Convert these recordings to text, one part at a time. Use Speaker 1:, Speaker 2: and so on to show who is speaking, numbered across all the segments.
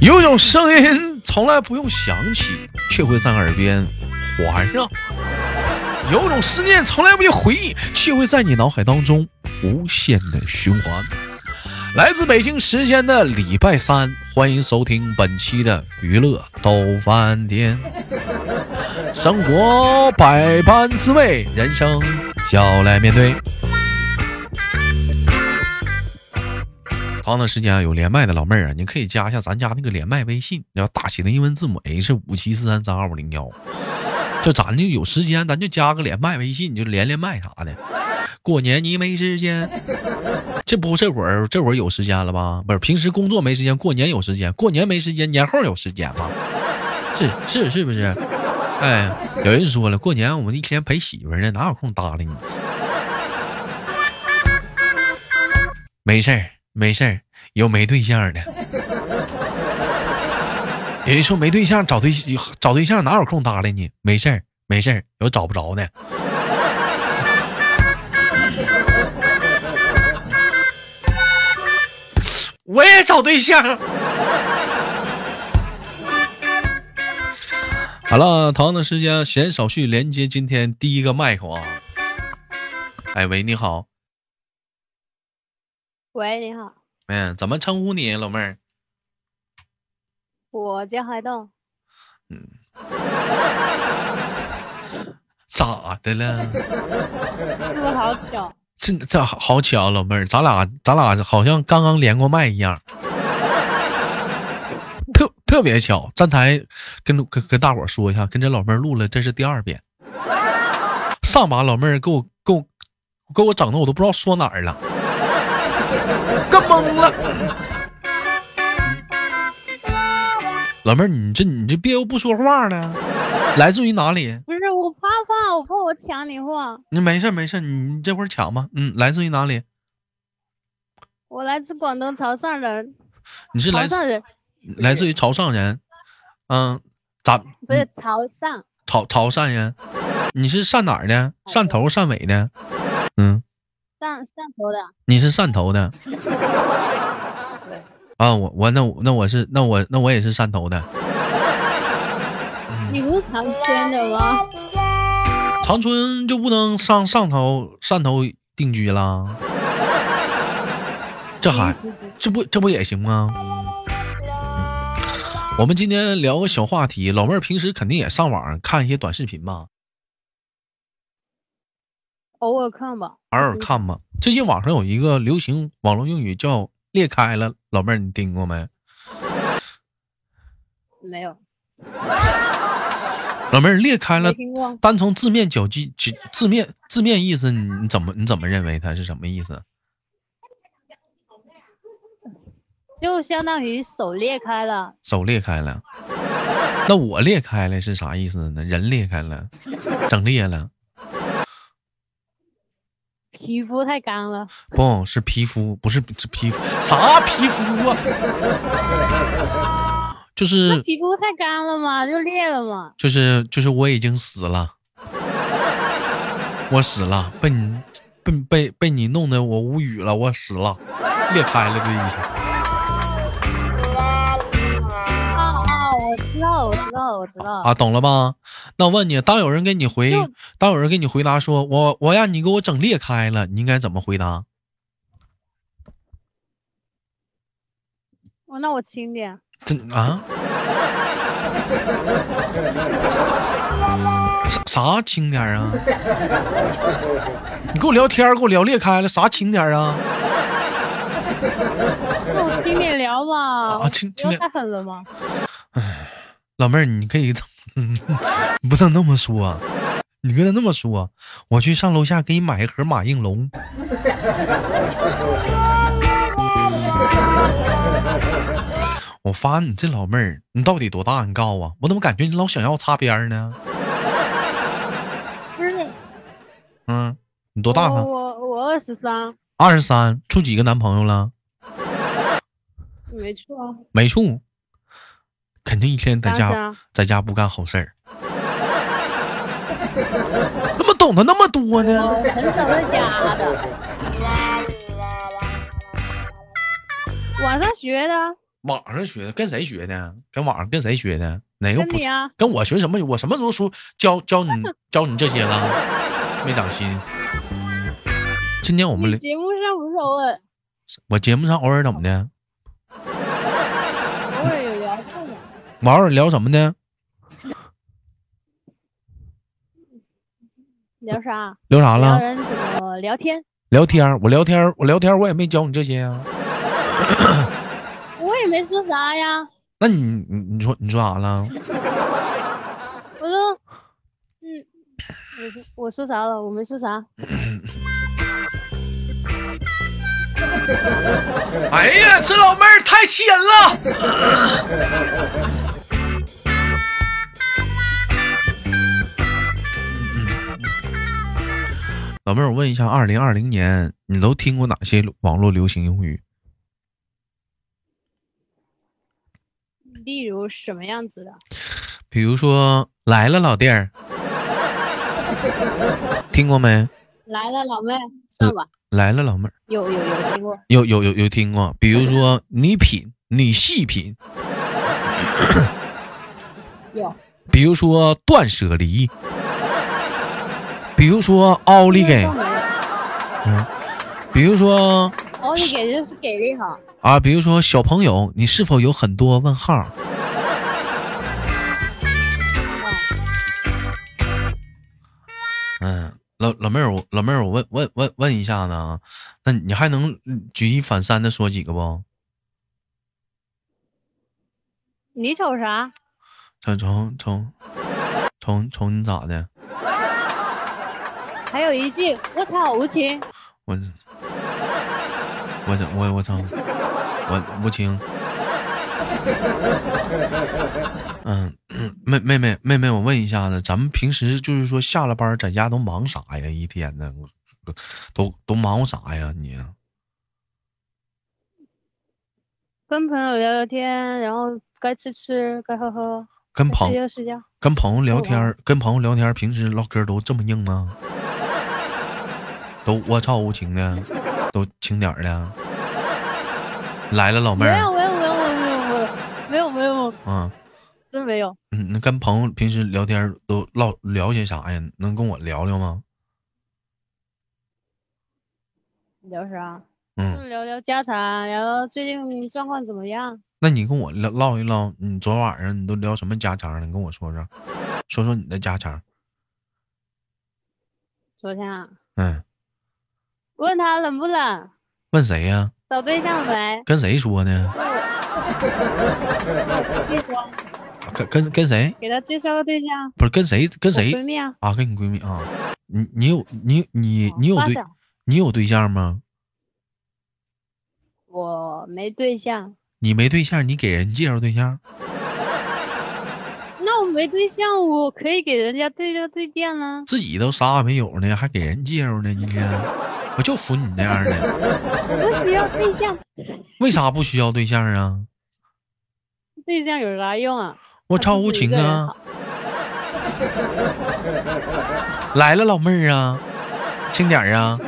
Speaker 1: 有种声音从来不用响起，却会在耳边环绕；有种思念从来不用回忆，却会在你脑海当中无限的循环。来自北京时间的礼拜三，欢迎收听本期的娱乐逗翻天。生活百般滋味，人生笑来面对。同样的时间啊，有连麦的老妹儿啊，你可以加一下咱家那个连麦微信，然后大写的英文字母 H 五七四三三二五零幺。就咱就有时间，咱就加个连麦微信，你就连连麦啥的。过年你没时间，这不这会儿这会儿有时间了吧？不是平时工作没时间，过年有时间，过年没时间，年后有时间吗？是是是不是？哎，有人说了，过年我们一天陪媳妇儿呢，哪有空搭理你？没事儿，没事儿，有没对象的。有人说没对象找对找对象哪有空搭理你？没事儿，没事儿，有找不着的。我也找对象。好了，同样的时间，闲少叙，连接今天第一个麦克啊。哎喂，你好，
Speaker 2: 喂，你好，
Speaker 1: 嗯，怎么称呼你，老妹儿？
Speaker 2: 我叫海栋，
Speaker 1: 咋的了？
Speaker 2: 是不是好巧？
Speaker 1: 这这好好巧，老妹儿，咱俩咱俩好像刚刚连过麦一样， 特特别巧。站台跟跟跟大伙儿说一下，跟这老妹儿录了，这是第二遍。上把老妹儿给我给我给我整的，我都不知道说哪儿了，更懵了。老妹儿，你这你这别又不说话呢，来自于哪里？
Speaker 2: 不是，我怕怕，我怕我抢你话。
Speaker 1: 你没事儿没事儿，你这会儿抢吧。嗯，来自于哪里？
Speaker 2: 我来自广东潮汕人，
Speaker 1: 你是
Speaker 2: 潮
Speaker 1: 来自
Speaker 2: 汕人
Speaker 1: 来自于潮汕人，嗯，咱
Speaker 2: 不是潮汕，
Speaker 1: 潮潮汕人，你是汕哪儿的？汕头、汕尾的？嗯，
Speaker 2: 汕汕头的。
Speaker 1: 你是汕头的。啊，我我那我那我是那我那我也是汕头的，
Speaker 2: 你不是长春的吗？
Speaker 1: 长春就不能上上头汕头定居啦？这还
Speaker 2: 行行行
Speaker 1: 这不这不也行吗？我们今天聊个小话题，老妹儿平时肯定也上网看一些短视频吧？
Speaker 2: 偶尔看吧。
Speaker 1: 偶尔看吧。最近网上有一个流行网络用语叫“裂开了”，老妹儿你听过没？
Speaker 2: 没有，
Speaker 1: 老妹儿裂开了
Speaker 2: 没，听过。
Speaker 1: 单从字面角句字字面字面意思，你你怎么你怎么认为它是什么意思？
Speaker 2: 就相当于手裂开了，
Speaker 1: 手裂开了，那我裂开了是啥意思呢？人裂开了，整裂了，
Speaker 2: 皮肤太干了。
Speaker 1: 不是皮肤，不是是皮肤，啥皮肤啊？ 就是
Speaker 2: 皮肤太干了嘛，就裂了嘛。
Speaker 1: 就是就是我已经死了，我死了，被你被被被你弄得我无语了，我死了，裂开了这一下。
Speaker 2: 啊啊，我知道了，我知道了，我知道了。
Speaker 1: 啊，懂了吧？那我问你，当有人给你回
Speaker 2: 就，
Speaker 1: 当有人给你回答说我我让你给我整裂开了，你应该怎么回答？
Speaker 2: 哦我那我轻点。
Speaker 1: 这啊？ 啥啥轻点儿啊？你跟我聊天儿，给我聊裂开了，啥轻点儿啊？
Speaker 2: 那我轻点聊嘛，
Speaker 1: 啊轻轻
Speaker 2: 不
Speaker 1: 点
Speaker 2: 要太狠了嘛。
Speaker 1: 老妹儿，你可以 这么，你不能那么说，啊你跟他那么说，啊我去上楼下给你买一盒马应龙。我发你这老妹儿，你到底多大？你告诉我，我怎么感觉你老想要擦边儿呢？
Speaker 2: 不是，
Speaker 1: 嗯，你多大
Speaker 2: 我
Speaker 1: 了？
Speaker 2: 我我二十三，
Speaker 1: 二十三，处几个男朋友了？
Speaker 2: 没错，
Speaker 1: 没处，肯定一天在
Speaker 2: 啥
Speaker 1: 家
Speaker 2: 事啊？
Speaker 1: 在家不干好事儿。 怎么懂得那么多呢？
Speaker 2: 我很少在家
Speaker 1: 哎
Speaker 2: 的。晚上学的，
Speaker 1: 网上学的，跟谁学的？跟网上跟谁学的？哪个
Speaker 2: 跟
Speaker 1: 不
Speaker 2: 你啊，
Speaker 1: 跟我学什么？我什么时候说教教 你教你这些了？没长心。今天我们
Speaker 2: 你
Speaker 1: 聊
Speaker 2: 节目上不是偶尔
Speaker 1: 我节目上偶尔怎么的？
Speaker 2: 偶尔有聊到吗？
Speaker 1: 我偶尔聊什么呢？
Speaker 2: 聊啥？
Speaker 1: 聊啥
Speaker 2: 聊
Speaker 1: 了？
Speaker 2: 人怎么聊天？
Speaker 1: 聊天儿，我聊天儿，我聊天儿，我也没教你这些啊呀、
Speaker 2: 我也没说啥呀，
Speaker 1: 那你你你说你说啥了？
Speaker 2: 我说，嗯，我说我说啥了？我没说啥。
Speaker 1: 哎呀，这老妹儿太气人了！老妹儿，我问一下，二零二零年你都听过哪些网络流行用语？
Speaker 2: 例如什么样子的？
Speaker 1: 比如说“来了，老弟儿”，听过没？
Speaker 2: 来了，老妹，算吧，
Speaker 1: 来了，老妹儿，
Speaker 2: 有有有听过，
Speaker 1: 有有有有听过。比如说“你品”，你细品；
Speaker 2: 有
Speaker 1: 比如说“断舍离”，比如说“奥利给”。比如说
Speaker 2: 哦，你给就是给力哈，
Speaker 1: 啊，比如说小朋友，你是否有很多问号？嗯，老老妹儿，我老妹儿，我问问问问一下呢，那你还能嗯举一反三的说几个不？
Speaker 2: 你瞅啥？
Speaker 1: 瞅瞅瞅瞅瞅你咋的？
Speaker 2: 还有一句，我操，无情，
Speaker 1: 我我这我我操，我无情。嗯，嗯妹妹妹妹妹，我问一下子，咱们平时就是说下了班儿在家都忙啥呀？一天呢，都都忙活啥呀？你
Speaker 2: 跟朋友聊聊天，然后该吃吃，该喝喝，
Speaker 1: 跟
Speaker 2: 该
Speaker 1: 朋
Speaker 2: 睡觉睡觉。
Speaker 1: 跟朋友聊天
Speaker 2: 我
Speaker 1: 儿，跟朋友聊天儿，平时唠嗑儿都这么硬吗？都我操无情的，都轻点儿的。来了，老妹
Speaker 2: 没有
Speaker 1: 儿，
Speaker 2: 没有没有没有没有没有没有，
Speaker 1: 嗯。
Speaker 2: 真没有。
Speaker 1: 嗯，那跟朋友平时聊天儿都唠聊些啥呀？能跟我聊聊吗？
Speaker 2: 聊啥？就
Speaker 1: 嗯，
Speaker 2: 是聊聊家常，聊聊最近状况怎么样？
Speaker 1: 那你跟我唠唠一唠，你昨晚上你都聊什么家常了？你跟我说说，说说你的家常。
Speaker 2: 昨天啊，
Speaker 1: 嗯，
Speaker 2: 问他冷不冷，
Speaker 1: 问谁呀？
Speaker 2: 找对象没？
Speaker 1: 跟谁说呢？
Speaker 2: 别说，
Speaker 1: 跟跟跟谁？
Speaker 2: 给他介绍个对象，
Speaker 1: 不是跟谁？跟
Speaker 2: 我
Speaker 1: 谁
Speaker 2: 闺蜜啊，
Speaker 1: 啊？跟你闺蜜啊？你你有你你你有
Speaker 2: 发
Speaker 1: 对
Speaker 2: 小，
Speaker 1: 你有对象吗？
Speaker 2: 我没对象，
Speaker 1: 你没对象，你给人介绍对象？
Speaker 2: 那我没对象，我可以给人家对对对象呢。
Speaker 1: 自己都啥也没有呢，还给人介绍呢？你这，我就服你这样的，
Speaker 2: 我不需要对象，
Speaker 1: 为啥不需要对象啊？
Speaker 2: 对象有啥用啊？
Speaker 1: 我
Speaker 2: 他
Speaker 1: 超
Speaker 2: 不
Speaker 1: 无
Speaker 2: 是一
Speaker 1: 情
Speaker 2: 个人
Speaker 1: 啊！来了，老妹儿啊，轻点儿啊！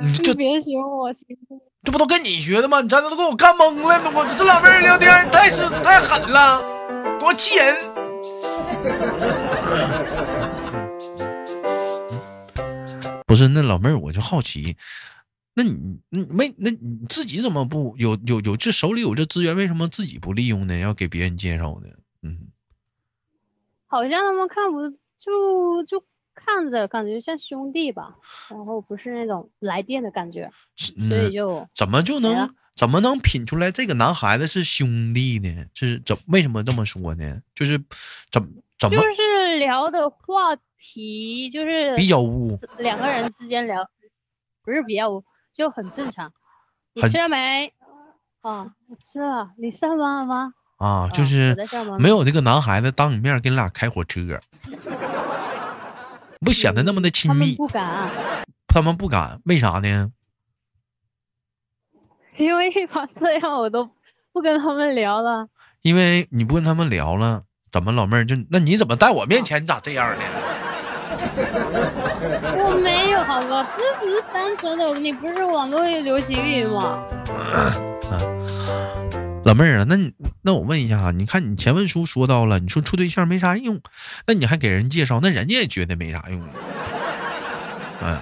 Speaker 1: 你
Speaker 2: 你
Speaker 1: 这
Speaker 2: 别学我，行不行
Speaker 1: 这不都跟你学的吗？你这都给我干懵了，我这老妹儿聊天太是太狠了，多气人！不是，那老妹儿我就好奇，那你你没那你自己怎么不有有有这手里有这资源，为什么自己不利用呢？要给别人介绍呢？嗯，
Speaker 2: 好像他们看不就就看着，感觉像兄弟吧，然后不是那种来电的感觉，
Speaker 1: 是
Speaker 2: 所以
Speaker 1: 嗯，
Speaker 2: 就
Speaker 1: 怎么就
Speaker 2: 哎
Speaker 1: 能
Speaker 2: 呀
Speaker 1: 怎么能品出来这个男孩子是兄弟呢？这是怎为什么这么说呢？就是怎怎么
Speaker 2: 就是聊的话题就是
Speaker 1: 比较污？
Speaker 2: 两个人之间聊，不是比较就很正常。你
Speaker 1: 很
Speaker 2: 吃了没？啊，我吃了。你上班了吗？
Speaker 1: 啊，
Speaker 2: 啊
Speaker 1: 就
Speaker 2: 我
Speaker 1: 是
Speaker 2: 在上班呢。
Speaker 1: 没有这个男孩子当你面跟你俩开火车，不显得那么的亲
Speaker 2: 嗯他们
Speaker 1: 密，
Speaker 2: 不敢，
Speaker 1: 他们不敢，为啥呢？
Speaker 2: 因为一般这样我都不跟他们聊了。
Speaker 1: 因为你不跟他们聊了，怎么老妹儿就那你怎么在我面前你咋这样呢？
Speaker 2: 我没有，好吧，这只是单纯的，你不是网络流行语吗？
Speaker 1: 老妹儿啊，那你那我问一下啊，你看你前文书说到了，你说处对象没啥用，那你还给人介绍，那人家也觉得没啥用。嗯，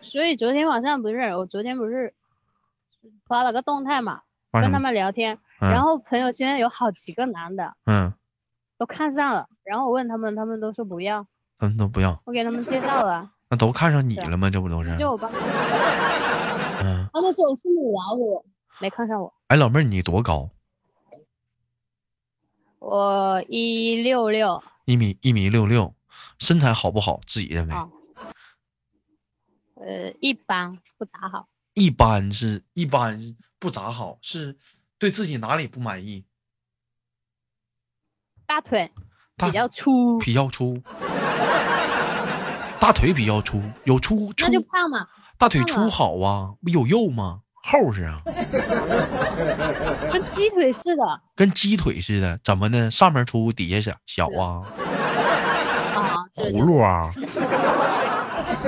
Speaker 2: 所以昨天晚上不是，我昨天不是发了个动态嘛，
Speaker 1: 发什
Speaker 2: 跟他
Speaker 1: 么？
Speaker 2: 们聊天，
Speaker 1: 嗯
Speaker 2: 然后朋友圈有好几个男的
Speaker 1: 嗯，
Speaker 2: 都看上了，然后我问他们，他们都说不要，
Speaker 1: 他们都不要，
Speaker 2: 我给他们介绍了，
Speaker 1: 那都看上你了吗？这不都是？
Speaker 2: 就我爸，
Speaker 1: 嗯，
Speaker 2: 他们说我是母老虎，没看上我，
Speaker 1: 哎，老妹儿你多高？
Speaker 2: 我一六六
Speaker 1: 一米一米六六，身材好不好？自己认为、
Speaker 2: 啊，呃，一般不咋好，
Speaker 1: 一般是一般不咋好，是对自己哪里不满意？
Speaker 2: 大腿
Speaker 1: 大
Speaker 2: 比较粗，
Speaker 1: 比较粗，大腿比较粗，有粗粗
Speaker 2: 那就胖嘛，
Speaker 1: 大腿
Speaker 2: 胖
Speaker 1: 粗
Speaker 2: 了
Speaker 1: 好啊，不有肉吗？厚实啊，
Speaker 2: 跟鸡腿似的
Speaker 1: 跟鸡腿似的，怎么的？上面粗，底下小小啊，
Speaker 2: 啊，对
Speaker 1: 葫芦啊，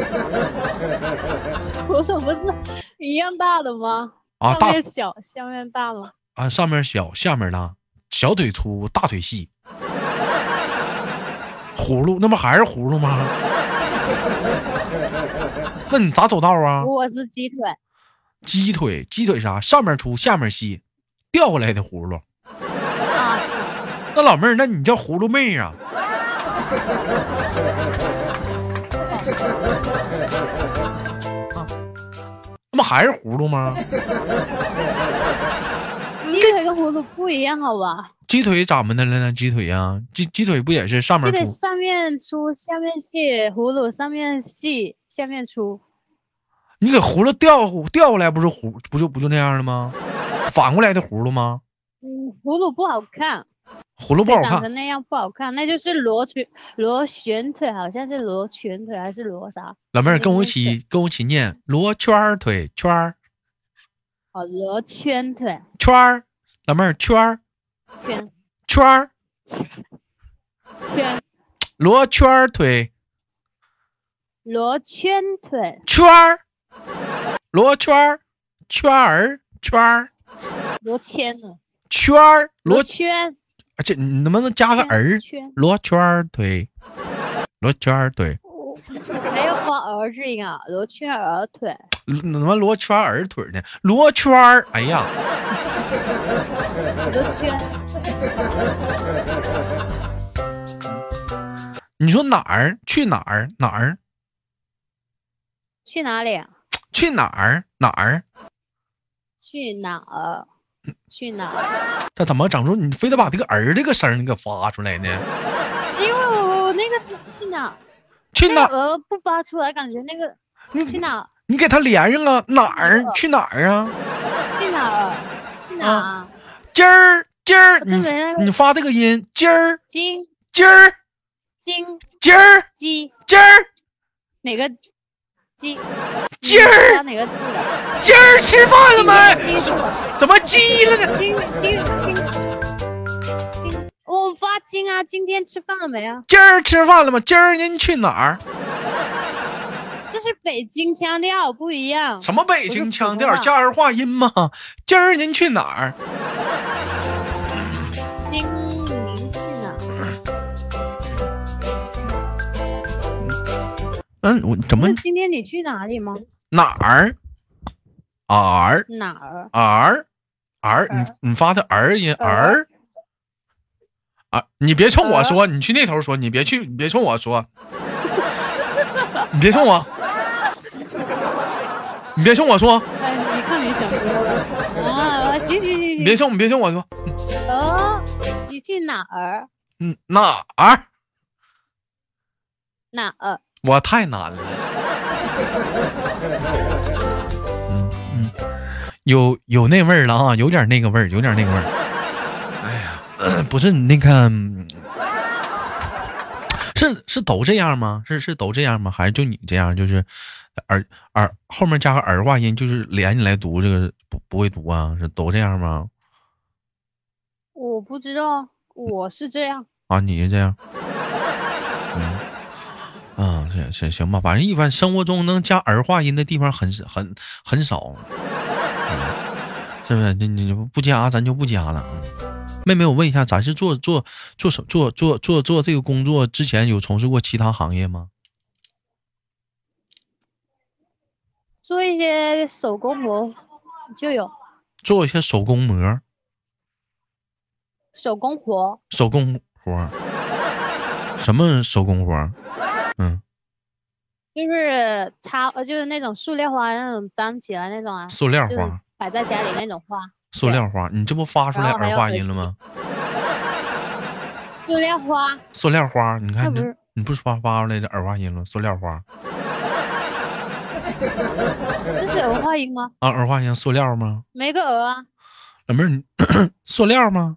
Speaker 2: 我怎么不是一样大的吗？
Speaker 1: 啊
Speaker 2: 上
Speaker 1: 大
Speaker 2: 面小，下面大吗？
Speaker 1: 啊，上面小，下面大，小腿粗，大腿细，葫芦，那不还是葫芦吗？ 那你咋走道啊？
Speaker 2: 我是鸡腿，
Speaker 1: 鸡腿，鸡腿啥？上面粗，下面细，掉下来的葫芦。
Speaker 2: 啊，
Speaker 1: 那老妹儿，那你叫葫芦妹儿啊？ 啊，那不还是葫芦吗？
Speaker 2: 鸡腿跟葫芦不一样，好吧？
Speaker 1: 鸡腿咋么的了呢？鸡腿呀、鸡鸡腿不也是上
Speaker 2: 鸡
Speaker 1: 面
Speaker 2: 腿
Speaker 1: 粗？
Speaker 2: 上面粗，下面细；葫芦上面细，下面粗。
Speaker 1: 你给葫芦掉掉下来，不是葫不就不就那样了吗？反过来的葫芦吗？
Speaker 2: 嗯，葫芦不好看，
Speaker 1: 葫芦不
Speaker 2: 被
Speaker 1: 好
Speaker 2: 长
Speaker 1: 看
Speaker 2: 成，那样不好看，那就是螺旋螺旋腿，好像是螺旋腿还是螺啥？
Speaker 1: 老妹儿跟我一
Speaker 2: 螺
Speaker 1: 起跟我一起念罗圈儿腿圈儿
Speaker 2: 哦，螺圈腿
Speaker 1: 圈儿，老妹儿圈儿
Speaker 2: 圈
Speaker 1: 圈儿
Speaker 2: 圈
Speaker 1: 罗圈儿腿
Speaker 2: 螺圈腿
Speaker 1: 圈儿，罗圈儿圈儿圈儿
Speaker 2: 螺圈了
Speaker 1: 圈儿罗
Speaker 2: 螺，圈
Speaker 1: 这你能不能加个儿？
Speaker 2: 圈，
Speaker 1: 罗圈儿腿，罗圈儿腿，
Speaker 2: 还要发儿这个啊螺圈儿腿。
Speaker 1: 怎么罗圈儿腿呢？罗圈儿，哎呀！
Speaker 2: 我都圈，
Speaker 1: 你说哪儿去哪儿哪儿
Speaker 2: 去哪里啊？
Speaker 1: 去哪儿哪儿？
Speaker 2: 去哪儿？去哪儿？
Speaker 1: 这怎么整出你非得把这个儿这个声儿给发出来呢？
Speaker 2: 因为我我哎那个是去哪儿？
Speaker 1: 去哪
Speaker 2: 那
Speaker 1: 儿？
Speaker 2: 个鹅不发出来，感觉那个去
Speaker 1: 你
Speaker 2: 哪儿？
Speaker 1: 你给他连上啊？哪儿去哪儿啊？
Speaker 2: 去哪儿？去哪儿？
Speaker 1: 今儿今儿
Speaker 2: 我
Speaker 1: 啊你
Speaker 2: 这没了
Speaker 1: 你发这个音，今儿
Speaker 2: 金
Speaker 1: 今儿
Speaker 2: 金
Speaker 1: 今儿
Speaker 2: 鸡
Speaker 1: 今儿
Speaker 2: 哪个鸡？
Speaker 1: 鸡儿
Speaker 2: 发哪个字的？
Speaker 1: 今儿吃饭了
Speaker 2: 鸡
Speaker 1: 没？
Speaker 2: 是我
Speaker 1: 怎么鸡了呢？
Speaker 2: 金金金金，我发金啊！今天吃饭了没啊？
Speaker 1: 今儿吃饭了吗？今儿您去哪儿？
Speaker 2: 这是北京腔调不一样。
Speaker 1: 什么北京腔调？
Speaker 2: 不是普通
Speaker 1: 加儿化音吗？今儿您去哪儿？
Speaker 2: 金明去哪儿？
Speaker 1: 嗯，我怎么
Speaker 2: 那今天你去哪里吗？
Speaker 1: 哪儿？儿？
Speaker 2: 哪儿？
Speaker 1: 儿儿，
Speaker 2: 儿
Speaker 1: 你你发的儿音
Speaker 2: 儿
Speaker 1: 儿啊！你别冲我说，你去那头说，你别去，你别冲我说，你别冲我，你别冲我说，
Speaker 2: 哎，你看你想多了啊！行
Speaker 1: 你
Speaker 2: 行行
Speaker 1: 别
Speaker 2: 行，
Speaker 1: 冲，你别冲我说，
Speaker 2: 哦，你去哪儿？
Speaker 1: 嗯，哪儿？
Speaker 2: 哪儿？
Speaker 1: 我太难了。嗯嗯，有有那味儿了啊，有点那个味儿，有点那个味儿。哎呀， 不是你那个，嗯是是都这样吗？是是都这样吗？还是就你这样？就是儿儿后面加个儿化音，就是连起来读这个不不会读啊？是都这样吗？
Speaker 2: 我不知道，我是这样，
Speaker 1: 啊，你是这样。嗯，呀，行行吧，反正一般生活中能加儿化音的地方很很很少，嗯是不是？你你不加咱就不加了。啊妹妹，我问一下，咱是做做做什做做做做这个工作之前有从事过其他行业吗？
Speaker 2: 做一些手工膜就有
Speaker 1: 做一些手工膜、
Speaker 2: 手工活，
Speaker 1: 手工活儿，什么手工活儿？嗯，
Speaker 2: 就是插呃就是那种塑料花那种粘起来那种啊，
Speaker 1: 塑料
Speaker 2: 就是
Speaker 1: 花，
Speaker 2: 摆在家里那种花，
Speaker 1: 塑料花，你这不发出来
Speaker 2: 然后还
Speaker 1: 儿
Speaker 2: 有
Speaker 1: 化
Speaker 2: 耳
Speaker 1: 音了吗？
Speaker 2: 塑料花
Speaker 1: 塑料花，你看
Speaker 2: 那
Speaker 1: 你
Speaker 2: 不
Speaker 1: 这
Speaker 2: 是
Speaker 1: 你不是发发出来这儿化音了？塑料花
Speaker 2: 这是儿化音吗？
Speaker 1: 啊，儿化音塑料吗？
Speaker 2: 没个儿啊，
Speaker 1: 老妹儿，你 塑料吗？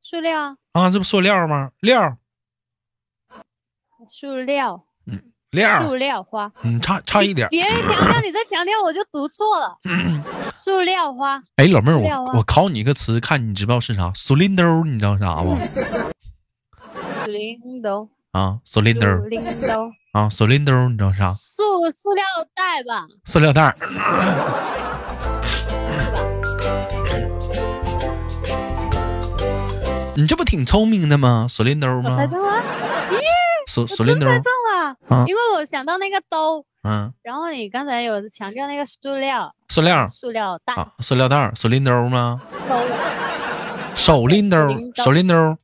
Speaker 2: 塑料啊
Speaker 1: 啊，这不塑料吗？料
Speaker 2: 塑料
Speaker 1: 料
Speaker 2: 塑，料花。
Speaker 1: 你差差 一点儿。
Speaker 2: 别人强调，你再强调我就读 错了。塑料花，
Speaker 1: 哎，老妹儿，
Speaker 2: 塑料
Speaker 1: 我
Speaker 2: 啊
Speaker 1: 我考你一个词，看你知不知道是啥？塑料兜，你知道啥不？
Speaker 2: 嗯零兜，
Speaker 1: 啊，塑料兜
Speaker 2: 零兜，
Speaker 1: 啊，塑料兜，你知道啥？
Speaker 2: 塑塑料袋吧？
Speaker 1: 塑料袋儿。 你这不挺聪明的吗？塑料兜
Speaker 2: 我
Speaker 1: 吗？
Speaker 2: 猜中了，
Speaker 1: 塑塑
Speaker 2: 我
Speaker 1: 料
Speaker 2: 真
Speaker 1: 兜，
Speaker 2: 猜中了
Speaker 1: 啊，
Speaker 2: 因为我想到那个兜，
Speaker 1: 嗯，
Speaker 2: 然后你刚才有强调那个塑料
Speaker 1: 塑料
Speaker 2: 塑料袋
Speaker 1: 啊，塑料袋儿，塑料兜吗？
Speaker 2: 兜，
Speaker 1: 手拎兜儿，手拎兜儿，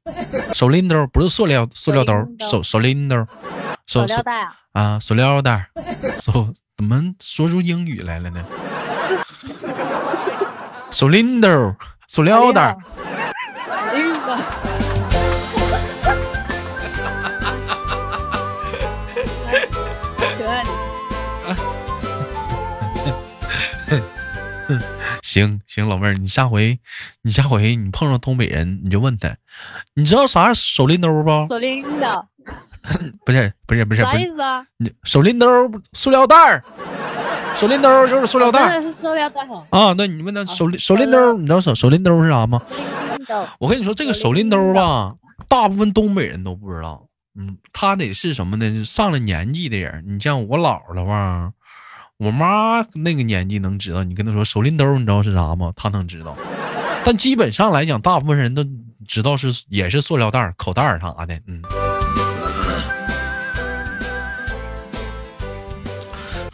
Speaker 1: 手拎兜儿，不是塑料塑料兜儿
Speaker 2: 手，拎兜
Speaker 1: 手手拎兜儿，
Speaker 2: 塑
Speaker 1: 手
Speaker 2: 料
Speaker 1: 手
Speaker 2: 袋啊，
Speaker 1: 啊，塑料袋儿，手怎么说出英语来了呢？手拎兜儿，塑料袋儿，
Speaker 2: 零 兜。
Speaker 1: 哦
Speaker 2: 哎可以。
Speaker 1: 行行，老妹儿，你下回你下回你碰上东北人，你就问他，你知道啥是手拎兜儿不？
Speaker 2: 手拎的，
Speaker 1: 不是不哦是不是不
Speaker 2: 啥意
Speaker 1: 是，
Speaker 2: 思啊？
Speaker 1: 你手拎兜儿不，塑料袋儿，手拎兜儿就是塑料袋
Speaker 2: 真
Speaker 1: 儿
Speaker 2: 的是塑料袋哦。
Speaker 1: 啊。对，你问他手拎手拎
Speaker 2: 好
Speaker 1: 兜
Speaker 2: 的
Speaker 1: 儿，你知道手手拎兜儿是啥吗？
Speaker 2: 拎的，
Speaker 1: 我跟你说，这个手拎兜吧，大部分东北人都不知道。嗯，他得是什么呢？就上了年纪的人，你像我姥姥吧，我妈那个年纪能知道。你跟她说手拎兜，你知道是啥吗？她能知道。但基本上来讲，大部分人都知道是也是塑料袋儿、口袋儿啥的。嗯。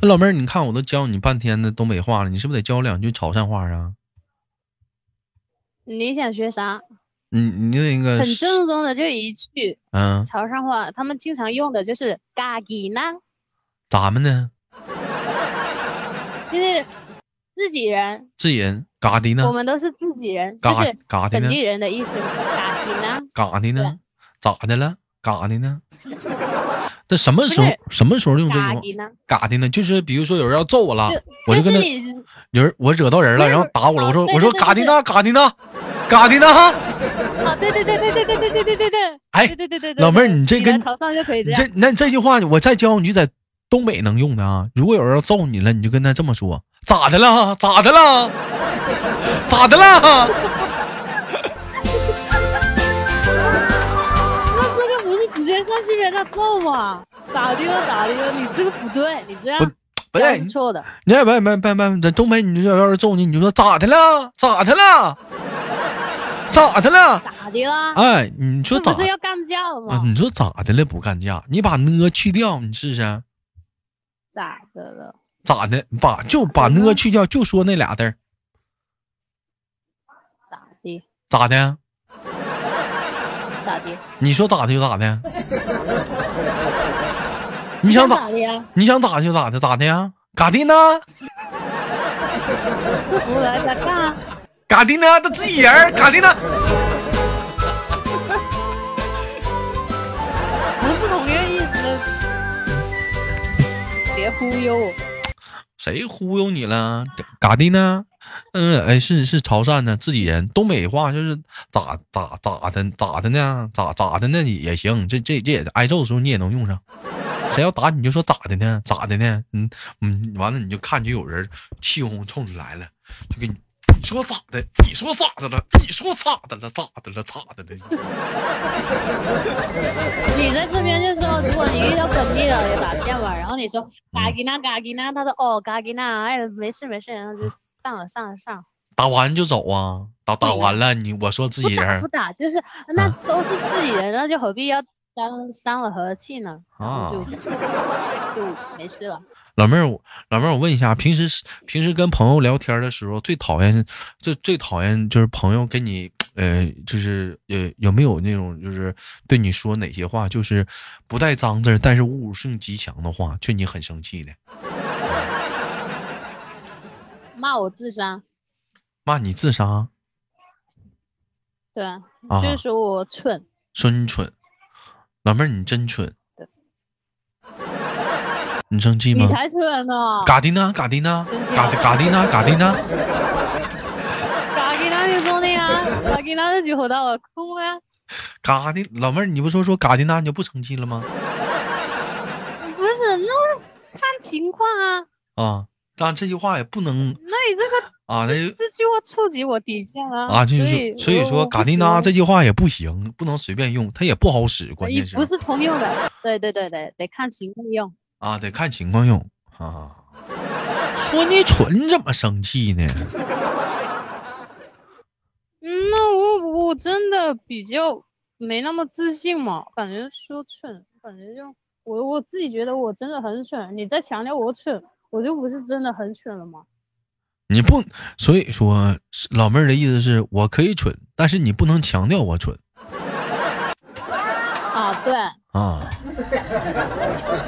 Speaker 1: 那老妹儿，你看我都教你半天的东北话了，你是不是得教我两句潮汕话啊？
Speaker 2: 你想学啥？
Speaker 1: 你你那个
Speaker 2: 很正宗的就一句
Speaker 1: 嗯，
Speaker 2: 潮汕话，他们经常用的就是“嘎叽呢
Speaker 1: 咱们呢？”，
Speaker 2: 就是自己人，
Speaker 1: 这人嘎的呢
Speaker 2: 我？们都是自己人，就
Speaker 1: 嘎
Speaker 2: 是
Speaker 1: 嘎的
Speaker 2: 本
Speaker 1: 呢？
Speaker 2: 地人的意思嘛。嘎叽呢，
Speaker 1: 嘎的呢？咋的了？嘎的呢？ 这什么时候
Speaker 2: 不是
Speaker 1: 什么时候用这
Speaker 2: 嘎
Speaker 1: 种
Speaker 2: 叽呢，
Speaker 1: 嘎的呢？就是比如说有人要揍我了，我
Speaker 2: 就
Speaker 1: 就跟
Speaker 2: 是
Speaker 1: 他
Speaker 2: 你
Speaker 1: 有人我惹到人了，
Speaker 2: 不是
Speaker 1: 然后打我了，
Speaker 2: 哦
Speaker 1: 我说
Speaker 2: 对
Speaker 1: 我说
Speaker 2: 对对
Speaker 1: 嘎的呢？嘎的呢？嘎的呢？
Speaker 2: 啊，对对对对对对对对对对对，
Speaker 1: 哎
Speaker 2: 对对对对对，
Speaker 1: 老妹儿
Speaker 2: 对
Speaker 1: 你这
Speaker 2: 来
Speaker 1: 跟
Speaker 2: 潮汕就可以
Speaker 1: 你
Speaker 2: 这样
Speaker 1: 这，那这句话我再教你，就在东北能用的啊。如果有人要揍你了，你就跟他这么说：咋的了？咋的 了？咋的了？
Speaker 2: 那这个不是直接上去给他揍吗？咋的了咋的了？你这个不对，你这样
Speaker 1: 不不
Speaker 2: 这样
Speaker 1: 对
Speaker 2: 是，错的。
Speaker 1: 你别别别别别，在东北你就要是揍你，你就说咋的了？咋的了？咋的了？
Speaker 2: 咋的啦？
Speaker 1: 哎，你说
Speaker 2: 这
Speaker 1: 咋
Speaker 2: 不？是要干架了
Speaker 1: 啊
Speaker 2: 吗？
Speaker 1: 你说咋的了？不干架，你把呢去掉，你试试
Speaker 2: 咋的了？
Speaker 1: 咋的？把就把
Speaker 2: 嗯
Speaker 1: 呢
Speaker 2: 哼
Speaker 1: 去掉，就说那俩字儿，
Speaker 2: 咋的？
Speaker 1: 咋的？啊
Speaker 2: 咋的？
Speaker 1: 你说咋的就咋的，啊你想咋
Speaker 2: 咋的呀？
Speaker 1: 你想咋的就咋的，咋的呀？咋的呢？
Speaker 2: 不服来咋干啊？
Speaker 1: 咋的呢？他自己人儿，咋的呢？
Speaker 2: 不是同一个意思。别忽悠我！
Speaker 1: 谁忽悠你了？咋的呢？嗯，哎，是是潮汕的自己人，东北话就是咋咋咋的咋的呢？咋咋的呢也行，这这这也挨揍的时候你也能用上。谁要打你就说咋的呢？咋的呢？嗯嗯，完了你就看就有人气哄哄冲你来了，就给你你说咋的？你说咋的了？你说咋的了？咋的了？咋的了？
Speaker 2: 你在这边就说如果你遇到本地的也打电话，然后你说嘎吉娜嘎吉娜，他说哦嘎吉娜，哎没事没事，然后就上了上了上了。
Speaker 1: 打完就走啊？打打完了你我说自己
Speaker 2: 不
Speaker 1: 人
Speaker 2: 打不
Speaker 1: 儿
Speaker 2: 打，就是那都是自己人，那就何必要伤伤了和气呢？然后
Speaker 1: 啊
Speaker 2: 就就没事了。
Speaker 1: 老妹儿，我老妹儿，我问一下，平时是平时跟朋友聊天的时候，最讨厌最最讨厌就是朋友跟你呃，就是呃，有没有那种就是对你说哪些话，就是不带脏字儿，但是侮辱性极强的话，却你很生气的，
Speaker 2: 骂我智商，
Speaker 1: 骂你智商，
Speaker 2: 对啊，
Speaker 1: 啊
Speaker 2: 就是说我蠢，
Speaker 1: 说你蠢，老妹儿你真蠢
Speaker 2: 对，
Speaker 1: 你生气
Speaker 2: 你
Speaker 1: 吗？
Speaker 2: 才蠢呢。
Speaker 1: 嘎迪娜，嘎迪娜
Speaker 2: 生，气
Speaker 1: 嘎
Speaker 2: 了
Speaker 1: 迪嘎迪娜，嘎迪娜，
Speaker 2: 嘎吉娜就说的呀，嘎吉娜就回到我哭呀，
Speaker 1: 嘎迪，老妹儿，你不说说嘎迪娜你就不生气了吗？
Speaker 2: 不是，那是看情况啊。
Speaker 1: 啊，但这句话也不能
Speaker 2: 那你这个
Speaker 1: 啊，那就
Speaker 2: 这句话触及我底线啊。
Speaker 1: 啊，就是
Speaker 2: 所以哦
Speaker 1: 说所以
Speaker 2: 我
Speaker 1: 说嘎迪娜这，句话也不行，不能随便用，它也不好使，
Speaker 2: 我不
Speaker 1: 关
Speaker 2: 行
Speaker 1: 键
Speaker 2: 也不
Speaker 1: 是
Speaker 2: 是通用的，对对对对，得看情况用。
Speaker 1: 啊，得看情况用啊。说你蠢，你怎么生气呢？
Speaker 2: 嗯，那我我真的比较没那么自信嘛，感觉说蠢，感觉就我我自己觉得我真的很蠢，你在强调我蠢，我就不是真的很蠢了吗？
Speaker 1: 你不，所以说是老妹儿的意思是我可以蠢，但是你不能强调我蠢
Speaker 2: 啊，对，
Speaker 1: 啊。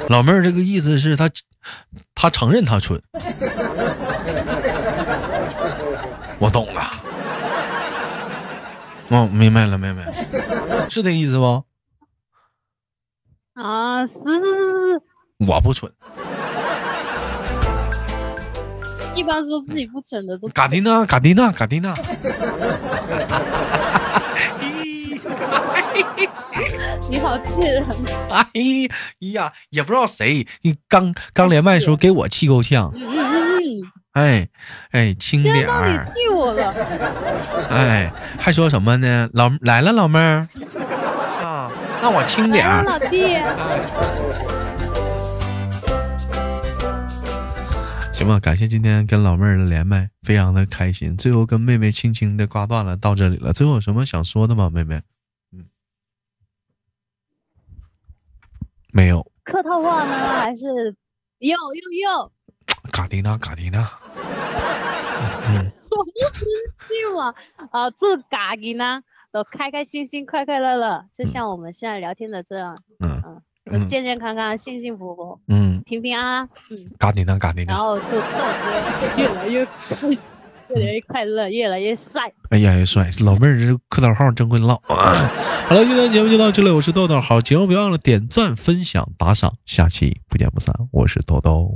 Speaker 1: 老妹儿这个意思是她，她承认她蠢。我懂了，我、明白了，明白了，是这意思不？
Speaker 2: 啊，是是是是，
Speaker 1: 我不蠢，
Speaker 2: 一般说自己不蠢的都
Speaker 1: 嘎迪娜，嘎迪娜，嘎迪娜。
Speaker 2: 你好气人，
Speaker 1: 哎呀，也不知道谁，你刚刚连麦的时候给我气够呛。
Speaker 2: 嗯嗯嗯，
Speaker 1: 哎，哎，轻
Speaker 2: 现在
Speaker 1: 点
Speaker 2: 到你
Speaker 1: 儿，
Speaker 2: 气我了，
Speaker 1: 哎，还说什么呢？老来了，老妹儿啊，那我轻点
Speaker 2: 来了
Speaker 1: 儿。
Speaker 2: 老弟，
Speaker 1: 哎行吧，感谢今天跟老妹儿的连麦，非常的开心。最后跟妹妹轻轻的挂断了，到这里了。最后有什么想说的吗，妹妹？嗯，没有。
Speaker 2: 客套话呢还是哟哟哟，
Speaker 1: 嘎迪娜，嘎迪娜，
Speaker 2: 对我啊，祝嘎吉呢都开开心心、快快乐乐，就像我们现在聊天的这样，
Speaker 1: 嗯
Speaker 2: 嗯，
Speaker 1: 嗯
Speaker 2: 健健康康、幸幸福福、
Speaker 1: 嗯，
Speaker 2: 平平安安，嗯，
Speaker 1: 嘎迪娜，嘎迪
Speaker 2: 然
Speaker 1: 娜。
Speaker 2: 后祝豆哥越来越开心，越来越快乐，越来越帅。
Speaker 1: 哎呀，帅！老妹儿这客套号真会唠。 好了，今天的节目就到这里，我是豆豆。好，节目别忘了点赞、分享、打赏，下期不见不散。我是豆豆。